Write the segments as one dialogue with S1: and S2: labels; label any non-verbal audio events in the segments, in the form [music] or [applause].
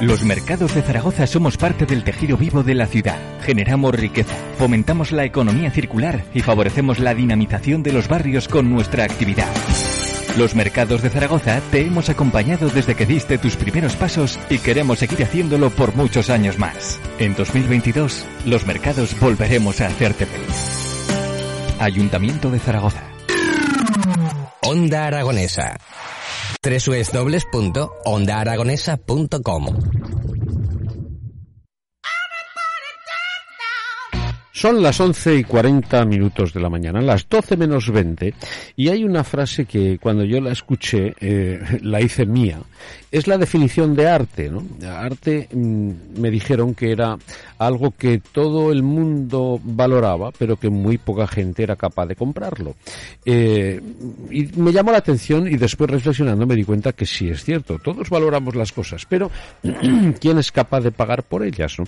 S1: Los mercados de Zaragoza somos parte del tejido vivo de la ciudad. Generamos riqueza, fomentamos la economía circular y favorecemos la dinamización de los barrios con nuestra actividad. Los mercados de Zaragoza te hemos acompañado desde que diste tus primeros pasos y queremos seguir haciéndolo por muchos años más. En 2022, los mercados volveremos a hacerte feliz. Ayuntamiento de Zaragoza.
S2: Onda Aragonesa. www.ondaaragonesa.com
S3: Son las 11 y 40 minutos de la mañana, las 12 menos 20, y hay una frase que cuando yo la escuché, eh, [laughs] la hice mía. Es la definición de arte, ¿no? Arte mm, me dijeron que era algo que todo el mundo valoraba, pero que muy poca gente era capaz de comprarlo. Eh, y me llamó la atención y después reflexionando me di cuenta que sí es cierto, todos valoramos las cosas, pero [clears throat] ¿quién es capaz de pagar por ellas? ¿no?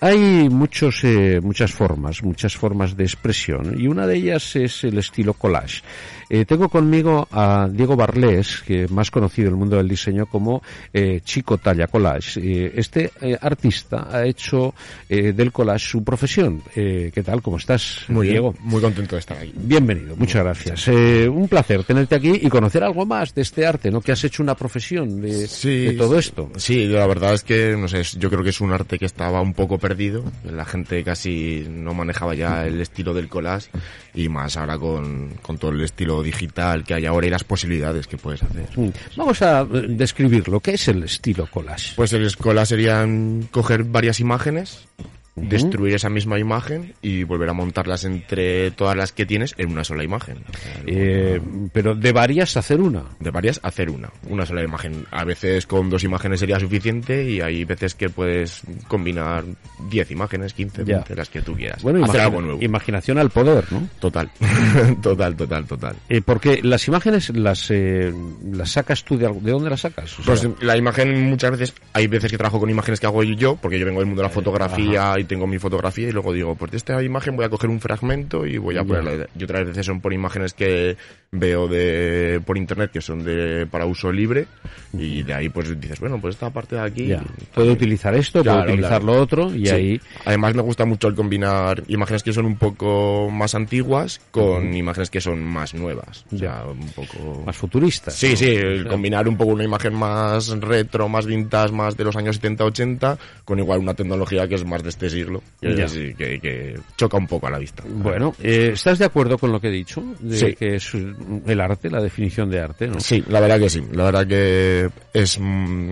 S3: Hay muchos, eh, muchas formas muchas formas de expresión, y una de ellas es el estilo collage. Eh, tengo conmigo a Diego Barlés, que es más conocido en el mundo del diseño como eh, Chico Talla Collage. Eh, este artista ha hecho eh, del collage su profesión. Eh, ¿Qué tal? ¿Cómo estás,
S4: Muy bien,
S3: Diego?
S4: muy contento de estar aquí.
S3: Bienvenido, muchas gracias. Eh, un placer tenerte aquí y conocer algo más de este arte, ¿no? Que has hecho una profesión de, de todo esto.
S4: Sí, la verdad es que, no sé, es- yo creo que es un arte que estaba un poco perdido. La gente casi no manejaba ya el estilo del collage y más ahora con, con todo el estilo digital que hay ahora y las posibilidades que puedes hacer.
S3: Mm. Vamos a eh, describirlo. ¿Qué es el estilo collage?
S4: Pues el collage serían coger varias imágenes, destruir esa misma imagen y volver a montarlas entre todas las que tienes en una sola imagen. O sea,
S3: Eh, pero de varias hacer una.
S4: de varias hacer una, una sola imagen. A veces con dos imágenes sería suficiente y hay veces que puedes combinar 10 imágenes, 15,
S3: Ya.
S4: 20, las que tú quieras.
S3: Bueno,
S4: hacer
S3: imagina-
S4: algo nuevo.
S3: imaginación al poder, ¿no?
S4: Total, [laughs] total, total, total.
S3: Eh, porque las imágenes las eh, las sacas tú de, algo- ¿de dónde las sacas? O sea,
S4: Pues la imagen muchas veces, hay veces que trabajo con imágenes que hago yo, porque yo vengo del
S3: Eh,
S4: mundo de la fotografía y tengo mi fotografía y luego digo, pues de esta imagen voy a coger un fragmento y voy a ponerla. Y otras veces son por imágenes que veo de por internet que son de para uso libre y de ahí pues dices, bueno, pues esta parte de aquí
S3: ya. Puedo utilizar esto,
S4: Claro,
S3: puedo utilizar
S4: claro.
S3: lo otro y
S4: Sí.
S3: ahí
S4: Además, me gusta mucho el combinar imágenes que son un poco más antiguas con imágenes que son más nuevas. O sea, un poco.
S3: más futurista.
S4: Sí, sí, el combinar un poco una imagen más retro, más vintage, más de los años 70-80, con igual una tecnología que es más de este siglo, que,
S3: Ya.
S4: sí, que- que choca un poco a la vista.
S3: Bueno, eh, ¿estás de acuerdo con lo que he dicho? De
S4: Sí.
S3: que es mm, el arte, la definición de arte, ¿no?
S4: Sí, la verdad que sí. La verdad que es. mm,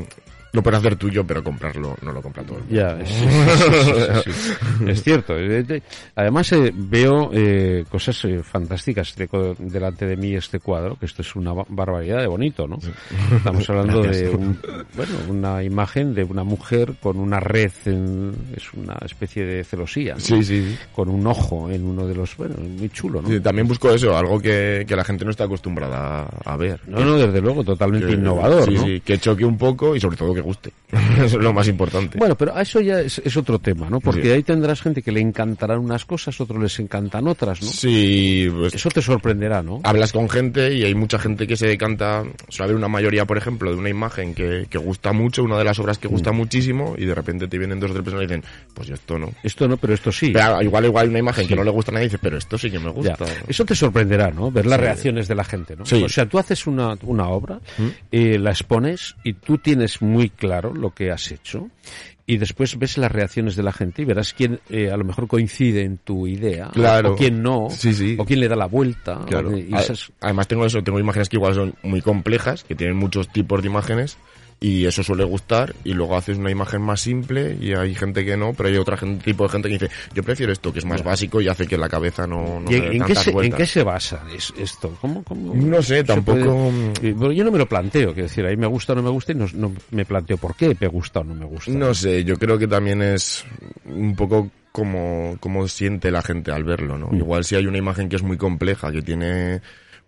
S4: lo puedes hacer tuyo, pero comprarlo no lo compra todo el mundo. [laughs]
S3: Ya, es, sí, sí, sí, sí. Es cierto. Eh, te- Además eh, veo eh, cosas eh, fantásticas Te co- delante de mí este cuadro, que esto es una ba- barbaridad de bonito, ¿no? Estamos hablando de un- bueno, una imagen de una mujer con una red, en- es una especie de celosía, ¿no?
S4: Sí, sí, sí.
S3: con un ojo en uno de los, bueno, muy chulo, ¿no?
S4: Sí, También busco eso, algo que, que la gente no está acostumbrada a, a ver.
S3: No, no, desde luego, totalmente
S4: Que-
S3: innovador,
S4: sí,
S3: ¿no?
S4: sí, que choque un poco y sobre todo que guste. [laughs] eso es lo más importante.
S3: Bueno, pero a eso ya es, es otro tema, ¿no? Porque
S4: Sí.
S3: ahí tendrás gente que le encantarán unas cosas, otros les encantan otras, ¿no?
S4: sí, Ah. pues,
S3: Eso te sorprenderá, ¿no?
S4: hablas con gente y hay mucha gente que se decanta, suele haber una mayoría, por ejemplo, de una imagen que, que gusta mucho, una de las obras que
S3: Mm.
S4: gusta muchísimo y de repente te vienen dos o tres personas y dicen, pues yo esto no.
S3: Esto no, pero esto sí.
S4: Pero ah, igual, igual hay una imagen que no le gusta a nadie y dices, pero esto sí que me
S3: Ya.
S4: gusta.
S3: Eso te sorprenderá, ¿no? Ver las reacciones de la gente, ¿no?
S4: Sí. ¿Mm?
S3: O sea, tú haces una, una obra, eh, la expones y tú tienes muy claro lo que has hecho y después ves las reacciones de la gente y verás quién eh, a lo mejor coincide en tu idea
S4: Claro.
S3: o quién no
S4: Sí, sí.
S3: o quién le da la vuelta.
S4: Claro. Ah,
S3: Y
S4: A-
S3: esas-
S4: Además tengo eso, tengo imágenes que igual son muy complejas, que tienen muchos tipos de imágenes y eso suele gustar y luego haces una imagen más simple y hay gente que no, pero hay otro tipo de gente que dice, yo prefiero esto que es más básico y hace que la cabeza no, no
S3: ¿Y
S4: me
S3: en,
S4: dé
S3: en qué
S4: tantas
S3: se, en
S4: vueltas.
S3: qué se basa es- esto? ¿Cómo, cómo
S4: No sé,
S3: se
S4: tampoco-
S3: puede- eh, bueno, yo no me lo planteo, quiero decir, ahí me gusta o no me gusta y no, no me planteo por qué me gusta o no me gusta.
S4: No sé, yo creo que también es un poco
S3: Mm.
S4: como, como siente la gente al verlo, ¿no? Igual si hay una imagen que es muy compleja, que tiene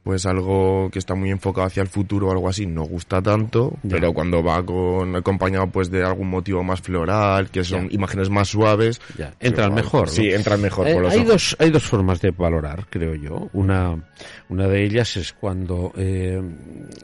S4: pues algo que está muy enfocado hacia el futuro o algo así no gusta tanto,
S3: Ya.
S4: pero cuando va con acompañado pues de algún motivo más floral, que son imágenes más suaves,
S3: Ya, entran
S4: pues,
S3: mejor. ¿no?
S4: Sí, entran mejor
S3: Eh,
S4: por los
S3: hay,
S4: ojos.
S3: dos, hay dos formas de valorar, creo yo. Una, una de ellas es cuando eh,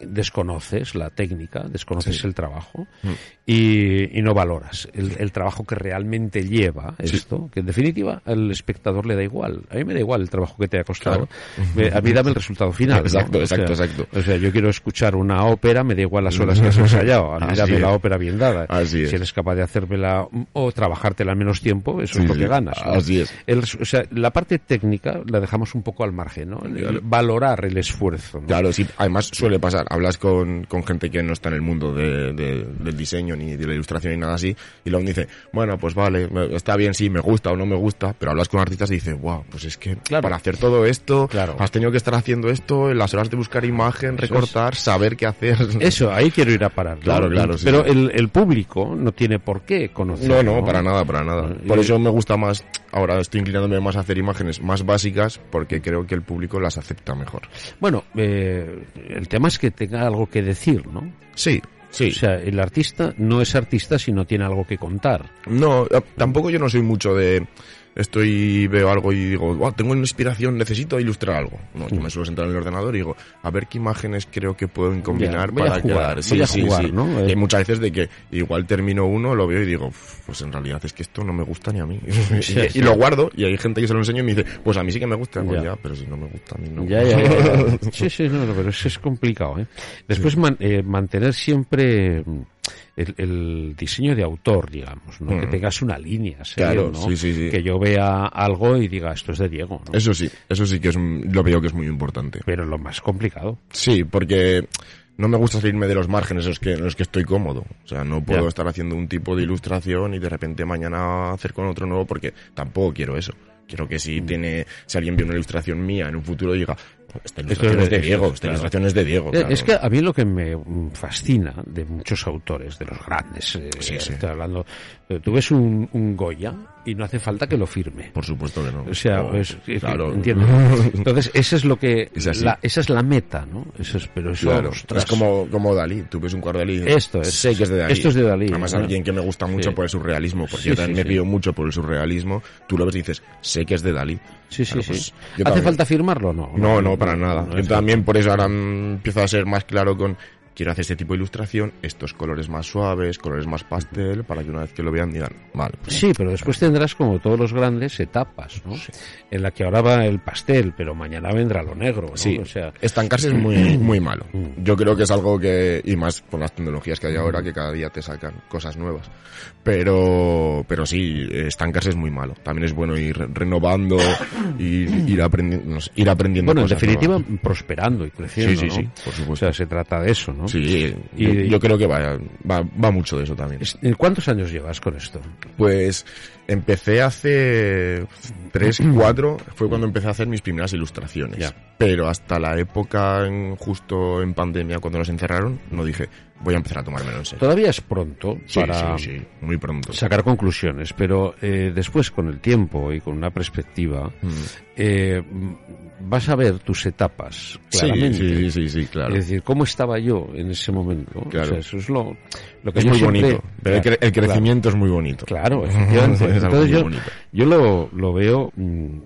S3: desconoces la técnica, desconoces el trabajo
S4: Mm.
S3: y, y no valoras el, el trabajo que realmente lleva esto, que en definitiva al espectador le da igual. A mí me da igual el trabajo que te ha costado. Me- a mí dame el resultado final. ¿no?
S4: Exacto,
S3: O sea,
S4: exacto, exacto.
S3: O sea, yo quiero escuchar una ópera, me da igual las horas
S4: [laughs]
S3: que has ensayado. A mí
S4: Así
S3: dame la
S4: es.
S3: ópera bien dada.
S4: Así es.
S3: Si eres capaz de hacérmela mm, o trabajártela en menos tiempo, eso es
S4: Sí,
S3: lo que
S4: sí.
S3: ganas. ¿no?
S4: Así es.
S3: El resu- o sea, la parte técnica la dejamos un poco al margen, ¿no? El- el
S4: Claro.
S3: valorar el esfuerzo. ¿no?
S4: Claro, sí. Además suele pasar. Hablas con, con gente que no está en el mundo de- de- del diseño ni de la ilustración ni nada así. Y luego dice, bueno, pues vale, me- está bien, sí, me gusta o no me gusta. Pero hablas con artistas y dices, wow, pues es que
S3: Claro.
S4: para hacer todo esto,
S3: Claro.
S4: has tenido que estar haciendo esto, en las horas de buscar imagen, recortar, saber qué hacer.
S3: Eso, ahí quiero ir a parar. ¿no?
S4: Claro, claro, sí,
S3: Pero
S4: sí.
S3: El, el público no tiene por qué conocer.
S4: [laughs] No, no, para nada, para nada.
S3: Y-
S4: Por eso me gusta más, ahora estoy inclinándome más a hacer imágenes más básicas porque creo que el público las acepta mejor.
S3: Bueno, eh, el tema es que tenga algo que decir, ¿no?
S4: Sí, sí.
S3: O sea, el artista no es artista si no tiene algo que contar.
S4: No, eh, tampoco yo no soy mucho de estoy veo algo y digo, "Guau, tengo una inspiración, necesito ilustrar algo. No, yo me suelo sentar en el ordenador y digo, a ver qué imágenes creo que pueden combinar
S3: Ya, voy a
S4: para
S3: jugar,
S4: quedar.
S3: voy a jugar, ¿no? Eh.
S4: Y hay muchas veces de que igual termino uno, lo veo y digo, "Uf, pues en realidad es que esto no me gusta ni a mí. [laughs]
S3: Sí,
S4: y,
S3: sí.
S4: y lo guardo y hay gente que se lo enseño y me dice, pues a mí sí que me gusta, Pues
S3: Ya.
S4: ya, pero si no me gusta a mí no.
S3: Ya, ya, ya, ya. Sí, sí, no, no, pero eso es complicado. ¿eh? Después man- eh, mantener siempre mm, el, el diseño de autor, digamos, ¿no? que
S4: Mm.
S3: tengas una línea, serio,
S4: Claro,
S3: ¿no?
S4: sí, sí, sí.
S3: que yo vea algo y diga esto es de Diego, ¿no?
S4: [laughs] Eso sí, eso sí que es un- lo veo que es muy importante.
S3: pero lo más complicado.
S4: Sí, porque no me gusta salirme de los márgenes en los que, en los que estoy cómodo. O sea, no puedo
S3: Ya.
S4: estar haciendo un tipo de ilustración y de repente mañana hacer con otro nuevo porque tampoco quiero eso. Quiero que
S3: Mm.
S4: si tiene, si alguien ve una ilustración mía en un futuro diga, "Pues esta ilustración
S3: de-
S4: es
S3: esto
S4: de
S3: es-
S4: Diego, esta
S3: claro.
S4: ilustración es de Diego.
S3: Eh,
S4: Pues claro.
S3: Es que a mí lo que me mm, fascina de muchos autores, de los grandes, eh,
S4: Sí, sí.
S3: estoy hablando, eh, tú ves un, un Goya y no hace falta que lo firme.
S4: Por supuesto que no.
S3: O sea, pues,
S4: No,
S3: es, es-
S4: claro. [laughs]
S3: entiendo. Entonces, esa es lo que
S4: Es así.
S3: la, esa es la meta, ¿no? Eso es, pero eso
S4: Claro,
S3: ostras.
S4: es como, como Dalí, tú ves un cuadro de Dalí.
S3: Esto es.
S4: Sé que es de Dalí.
S3: Esto es de Dalí,
S4: Además,
S3: ¿no?
S4: alguien que me gusta mucho
S3: Sí.
S4: por el surrealismo, porque
S3: Sí,
S4: yo también
S3: sí, sí.
S4: me pido mucho por el surrealismo. Tú lo ves y dices, sé que es de Dalí.
S3: Sí, sí,
S4: Claro,
S3: sí.
S4: pues, yo
S3: ¿Hace
S4: también.
S3: falta firmarlo o no?
S4: No, no, para nada.
S3: no,
S4: Yo
S3: es-
S4: también por eso ahora mm, empiezo a ser más claro con quiero hacer este tipo de ilustración, estos colores más suaves, colores más pastel, para que una vez que lo vean digan, vale, pues
S3: Sí, pero después tendrás, como todos los grandes, etapas, ¿no? En la que ahora va el pastel, pero mañana vendrá lo negro, ¿no?
S4: Sí,
S3: O sea,
S4: estancarse es muy, muy malo.
S3: Mm.
S4: Yo creo que es algo que, y más con las tecnologías que hay ahora, que cada día te sacan cosas nuevas. Pero, pero sí, estancarse es muy malo. También es bueno ir renovando, ir, ir aprendiendo, no sé, ir aprendiendo
S3: bueno, en
S4: cosas
S3: definitiva,
S4: nuevas.
S3: prosperando y creciendo,
S4: Sí,
S3: ¿no?
S4: sí, sí, por
S3: O
S4: supuesto.
S3: sea, se trata de eso, ¿no?
S4: sí,
S3: Y-
S4: yo, yo creo que va, va, va mucho de eso también.
S3: Es- ¿Cuántos años llevas con esto?
S4: Pues empecé hace [clears throat] 3, 4, fue cuando empecé a hacer mis primeras ilustraciones.
S3: Ya.
S4: Pero hasta la época en- justo en pandemia, cuando nos encerraron, no dije, voy a empezar a tomármelo en serio.
S3: Todavía es pronto
S4: Sí,
S3: para
S4: sí, sí, muy pronto.
S3: pues, sacar conclusiones, pero eh, después, con el tiempo y con una perspectiva,
S4: Mm.
S3: eh, vas a ver tus etapas
S4: Sí,
S3: claramente.
S4: sí, sí, sí, claro.
S3: Es decir, ¿cómo estaba yo en ese momento?
S4: Claro.
S3: O sea, eso es lo, lo que
S4: Es
S3: yo
S4: muy
S3: siempre-
S4: bonito, pero el,
S3: Claro,
S4: cre- el crecimiento es muy bonito. [laughs]
S3: Claro, claro, efectivamente.
S4: Es algo
S3: Entonces
S4: muy
S3: yo,
S4: bonito.
S3: yo lo, lo veo mm,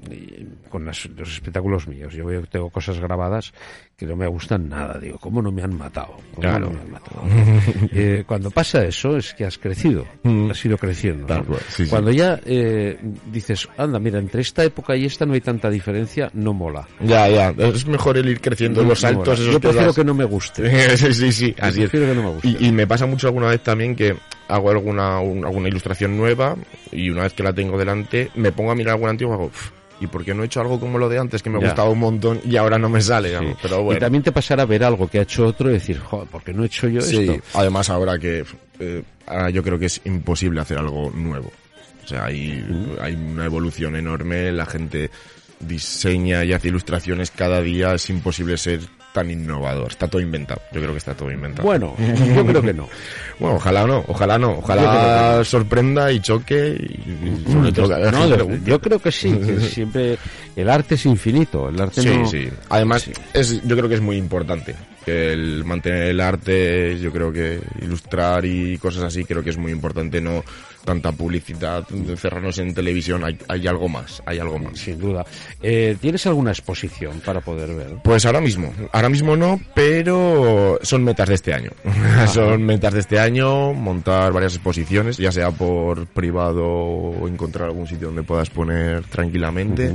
S3: con las- los espectáculos míos. Yo veo que tengo cosas grabadas que no me gustan nada. Digo, ¿cómo no me han matado? ¿Cómo
S4: Claro.
S3: no me han matado?
S4: [laughs]
S3: Eh, cuando pasa eso es que has crecido,
S4: Mm.
S3: has ido creciendo.
S4: Tal
S3: ¿no?
S4: cual, sí, sí.
S3: cuando ya eh, dices, anda, mira, entre esta época y esta no hay tanta diferencia, no mola.
S4: Ya, ya, es mejor el ir creciendo, los
S3: No mola.
S4: saltos esos
S3: Yo
S4: que
S3: prefiero
S4: das.
S3: que no me guste.
S4: [laughs] sí, sí, sí, así es.
S3: prefiero que no me guste.
S4: Y, y me pasa mucho alguna vez también que hago alguna, un- alguna ilustración nueva y una vez que la tengo delante me pongo a mirar alguna antigua y hago, "Uf, ¿y por qué no he hecho algo como lo de antes que me
S3: Ya.
S4: gustaba un montón y ahora no me sale?
S3: Sí.
S4: vamos"? Pero bueno,
S3: Y también te pasará ver algo que ha hecho otro y decir, joder, ¿por qué no he hecho yo
S4: sí,
S3: esto?
S4: además ahora que eh, ahora yo creo que es imposible hacer algo nuevo. O sea, hay, hay una evolución enorme, la gente diseña y hace ilustraciones cada día, es imposible ser tan innovador. Está todo inventado. Yo creo que está todo inventado. [laughs]
S3: Bueno, yo creo que no.
S4: Bueno, ojalá no, ojalá no.
S3: Yo creo
S4: Ojalá sorprenda y choque y, y sobre todo que a la
S3: No,
S4: gente le
S3: Mm, yo-
S4: guste.
S3: yo creo que sí, que
S4: [laughs]
S3: siempre el arte es infinito, el arte
S4: Sí,
S3: no-
S4: sí. Además, es, yo creo que es muy importante que el mantener el arte, yo creo que ilustrar y cosas así, creo que es muy importante. No tanta publicidad, cerrarnos en televisión, hay, hay algo más, hay algo más.
S3: sin duda. Eh, ¿Tienes alguna exposición para poder ver?
S4: Pues ahora mismo, ahora mismo no, pero son metas de este año. [laughs] son metas de este año, montar varias exposiciones, ya sea por privado o encontrar algún sitio donde puedas poner tranquilamente,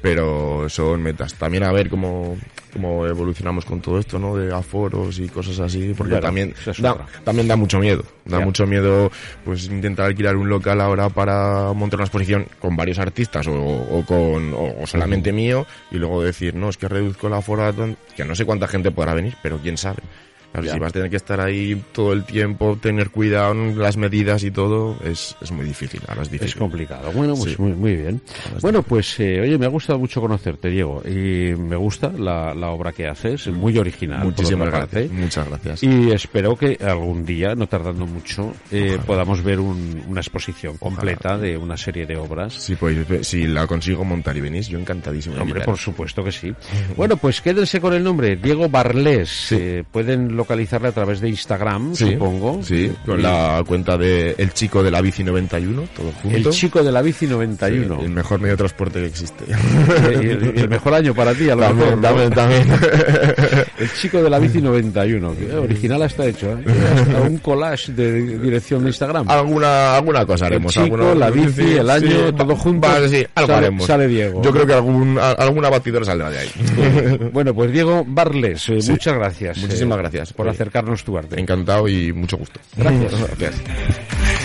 S4: pero son metas. También a ver cómo, cómo evolucionamos con todo esto, ¿no? De aforos y cosas así, porque
S3: Claro,
S4: también,
S3: esa es
S4: da,
S3: otra.
S4: también da mucho miedo. Da
S3: Ya.
S4: mucho miedo, pues, intentar alquilar un local ahora para montar una exposición con varios artistas o, o con, o, o solamente mío y luego decir, no, es que reduzco la aforo a tan- que no sé cuánta gente podrá venir, pero quién sabe. Claro,
S3: Ya.
S4: si vas a tener que estar ahí todo el tiempo, tener cuidado en las medidas y todo, es, es muy difícil. Ahora es
S3: Es
S4: difícil.
S3: complicado. Bueno, pues
S4: Sí.
S3: muy, muy bien.
S4: está.
S3: Bueno, pues eh, oye, me ha gustado mucho conocerte, Diego, y me gusta la, la obra que haces, muy original. por
S4: Muchísimas
S3: otra
S4: gracias.
S3: parte.
S4: Muchas gracias.
S3: Y espero que algún día, no tardando mucho, eh,
S4: Ojalá.
S3: podamos ver un- una exposición completa de una serie de obras.
S4: Si, podéis- eh, si la consigo montar y venís, yo encantadísimo. de
S3: Hombre,
S4: invitar.
S3: por supuesto que sí. Bueno, pues quédense con el nombre, Diego Barlés. Eh, pueden localizarle a través de Instagram,
S4: Sí,
S3: supongo.
S4: Sí, con la cuenta de El Chico de la Bici 91, todo junto.
S3: El chico de la bici
S4: Sí,
S3: 91.
S4: el mejor medio de transporte
S3: [laughs]
S4: que existe.
S3: Eh, el, el mejor año para ti, a lo mejor.
S4: también,
S3: ¿no?
S4: también, también.
S3: El chico de la bici 91. que original está hecho,
S4: [laughs]
S3: ¿eh? Hasta un collage de dirección de Instagram.
S4: [laughs] Ah. alguna, alguna cosa haremos.
S3: chico,
S4: alguna-
S3: la bici, el año, todo junto,
S4: Vale, sí, algo
S3: sale-
S4: haremos.
S3: sale Diego.
S4: Yo creo que algún, a- alguna batidora saldrá de ahí.
S3: Bueno, pues Diego Barles, eh, muchas gracias. eh,
S4: Muchísimas gracias.
S3: Por
S4: Oye.
S3: acercarnos tu arte.
S4: Encantado y mucho gusto.
S3: Gracias.
S4: Gracias.